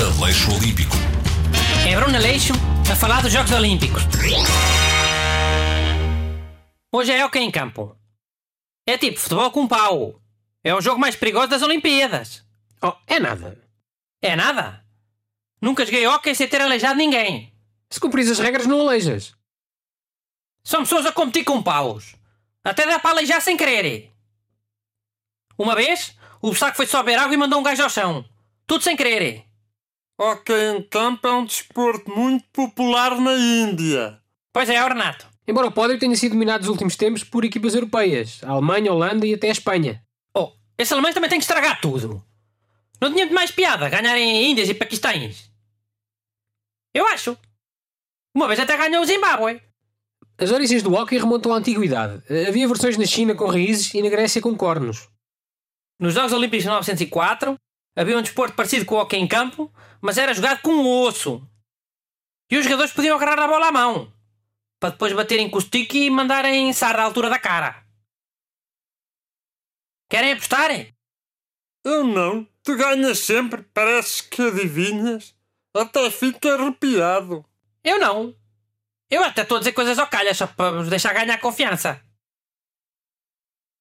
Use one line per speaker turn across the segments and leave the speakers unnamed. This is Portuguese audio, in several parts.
Aleixo Olímpico.
É Bruno Aleixo a falar dos Jogos Olímpicos. Hoje é hockey em campo. É tipo futebol com pau. É o jogo mais perigoso das Olimpíadas. Oh, é nada. É nada? Nunca joguei hockey sem ter aleijado ninguém.
Se cumpris as regras, não aleijas.
São pessoas a competir com paus. Até dá para aleijar sem querer. Uma vez, o saco foi só beber água e mandou um gajo ao chão. Tudo sem querer.
Ok, em campo é um desporto muito popular na Índia.
Pois é, Renato.
Embora o pódio tenha sido dominado nos últimos tempos por equipas europeias, a Alemanha, a Holanda e até a Espanha.
Oh, esses alemães também têm que estragar tudo. Não tinha de mais piada ganharem Índias e Paquistães. Eu acho. Uma vez até ganhou o Zimbábue.
As origens do hockey remontam à antiguidade. Havia versões na China com raízes e na Grécia com cornos.
Nos Jogos Olímpicos de 1904, havia um desporto parecido com o hockey em campo, mas era jogado com um osso. E os jogadores podiam agarrar a bola à mão, para depois baterem com o stick e mandarem sarra à altura da cara. Querem apostar?
Eu não. Tu ganhas sempre, parece que adivinhas. Até fico arrepiado.
Eu não. Eu até estou a dizer coisas ao calhas só para vos deixar ganhar confiança.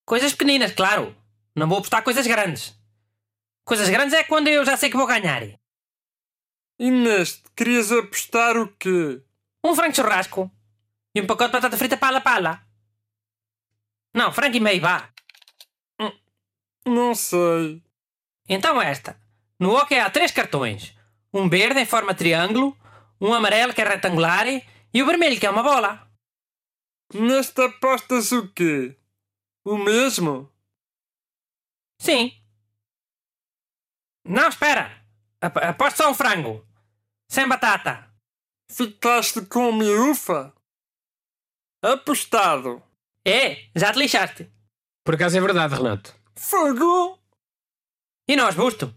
Coisas pequeninas, claro. Não vou apostar coisas grandes. Coisas grandes é quando eu já sei que vou ganhar.
Inês, querias apostar o quê?
Um frango de churrasco. E um pacote de batata frita pala pala. Não, frango e meio, vá.
Não sei.
Então esta. No hockey há três cartões. Um verde em forma de triângulo, um amarelo que é retangular e o vermelho que é uma bola.
Nesta apostas o quê? O mesmo?
Sim. Não, espera. Ap- Aposto só um frango. Sem batata.
Ficaste com miúfa? Apostado.
É, já te lixaste.
Por acaso é verdade, Renato.
Fogo!
E nós, Busto?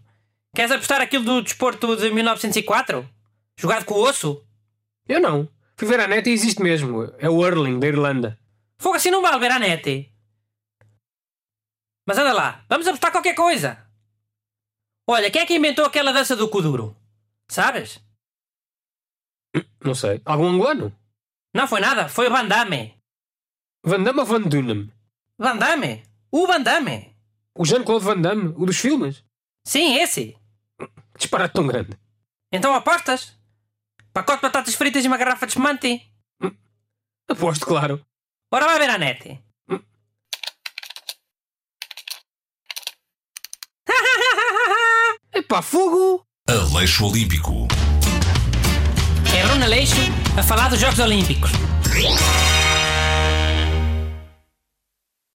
Queres apostar aquilo do desporto de 1904? Jogado com o osso?
Eu não. Fui ver a neta e existe mesmo. É o Erling, da Irlanda.
Fogo assim não vale ver a net. Mas anda lá, vamos apostar qualquer coisa. Olha, quem é que inventou aquela dança do Kuduro? Sabes?
Não sei. Algum angolano?
Não foi nada, foi o Van Damme.
Van Damme ou Van Dunham?
Van Damme? O Van Damme?
O Jean-Claude Van Damme, o dos filmes?
Sim, esse.
Que Disparate tão grande.
Então apostas? Pacote de batatas fritas e uma garrafa de espumante?
Aposto, claro.
Ora vai ver a net.
Epá, fogo!
Aleixo Olímpico.
É Bruno Aleixo a falar dos Jogos Olímpicos.